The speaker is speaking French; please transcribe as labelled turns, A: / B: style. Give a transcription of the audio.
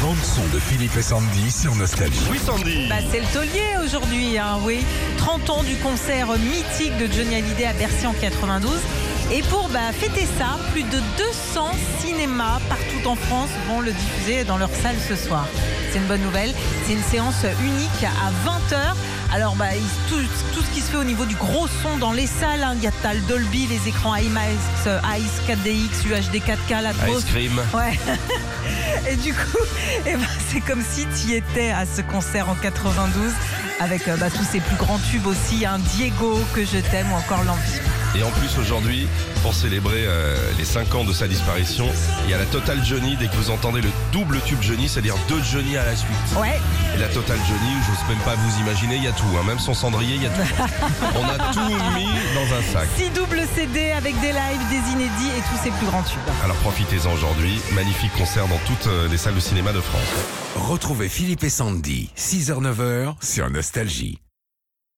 A: bande-son de Philippe et Sandy sur Nostalgie.
B: Oui, Sandy
C: Bah, c'est le taulier aujourd'hui, hein, oui. 30 ans du concert mythique de Johnny Hallyday à Bercy en 92. Et pour bah, fêter ça, plus de 200 cinémas partout en France vont le diffuser dans leurs salles ce soir. C'est une bonne nouvelle. C'est une séance unique à 20h. Alors, bah, il- tout, tout ce qui se fait au niveau du gros son dans les salles, hein, il y a t'as le Dolby, les écrans IMAX, euh, ICE, 4DX, UHD 4K, la
B: Ice
C: grosse
B: cream.
C: Ouais. Et du coup, eh ben, c'est comme si tu étais à ce concert en 92 avec euh, bah, tous ses plus grands tubes aussi, hein, Diego, que je t'aime ou encore l'envie.
B: Et en plus, aujourd'hui, pour célébrer euh, les 5 ans de sa disparition, il y a la Total Johnny. Dès que vous entendez le double tube Johnny, c'est-à-dire deux Johnny à la suite.
C: Ouais,
B: Et la Total Johnny, j'ose même pas vous imaginer, il y a tout. hein. Même son cendrier, il y a tout. On a tout mis dans un sac.
C: six doubles CD avec des lives, des inédits et tous ses plus grands tubes.
B: Alors profitez-en aujourd'hui. Magnifique concert dans toutes euh, les salles de cinéma de France.
A: Retrouvez Philippe et Sandy, 6h-9h sur Nostalgie.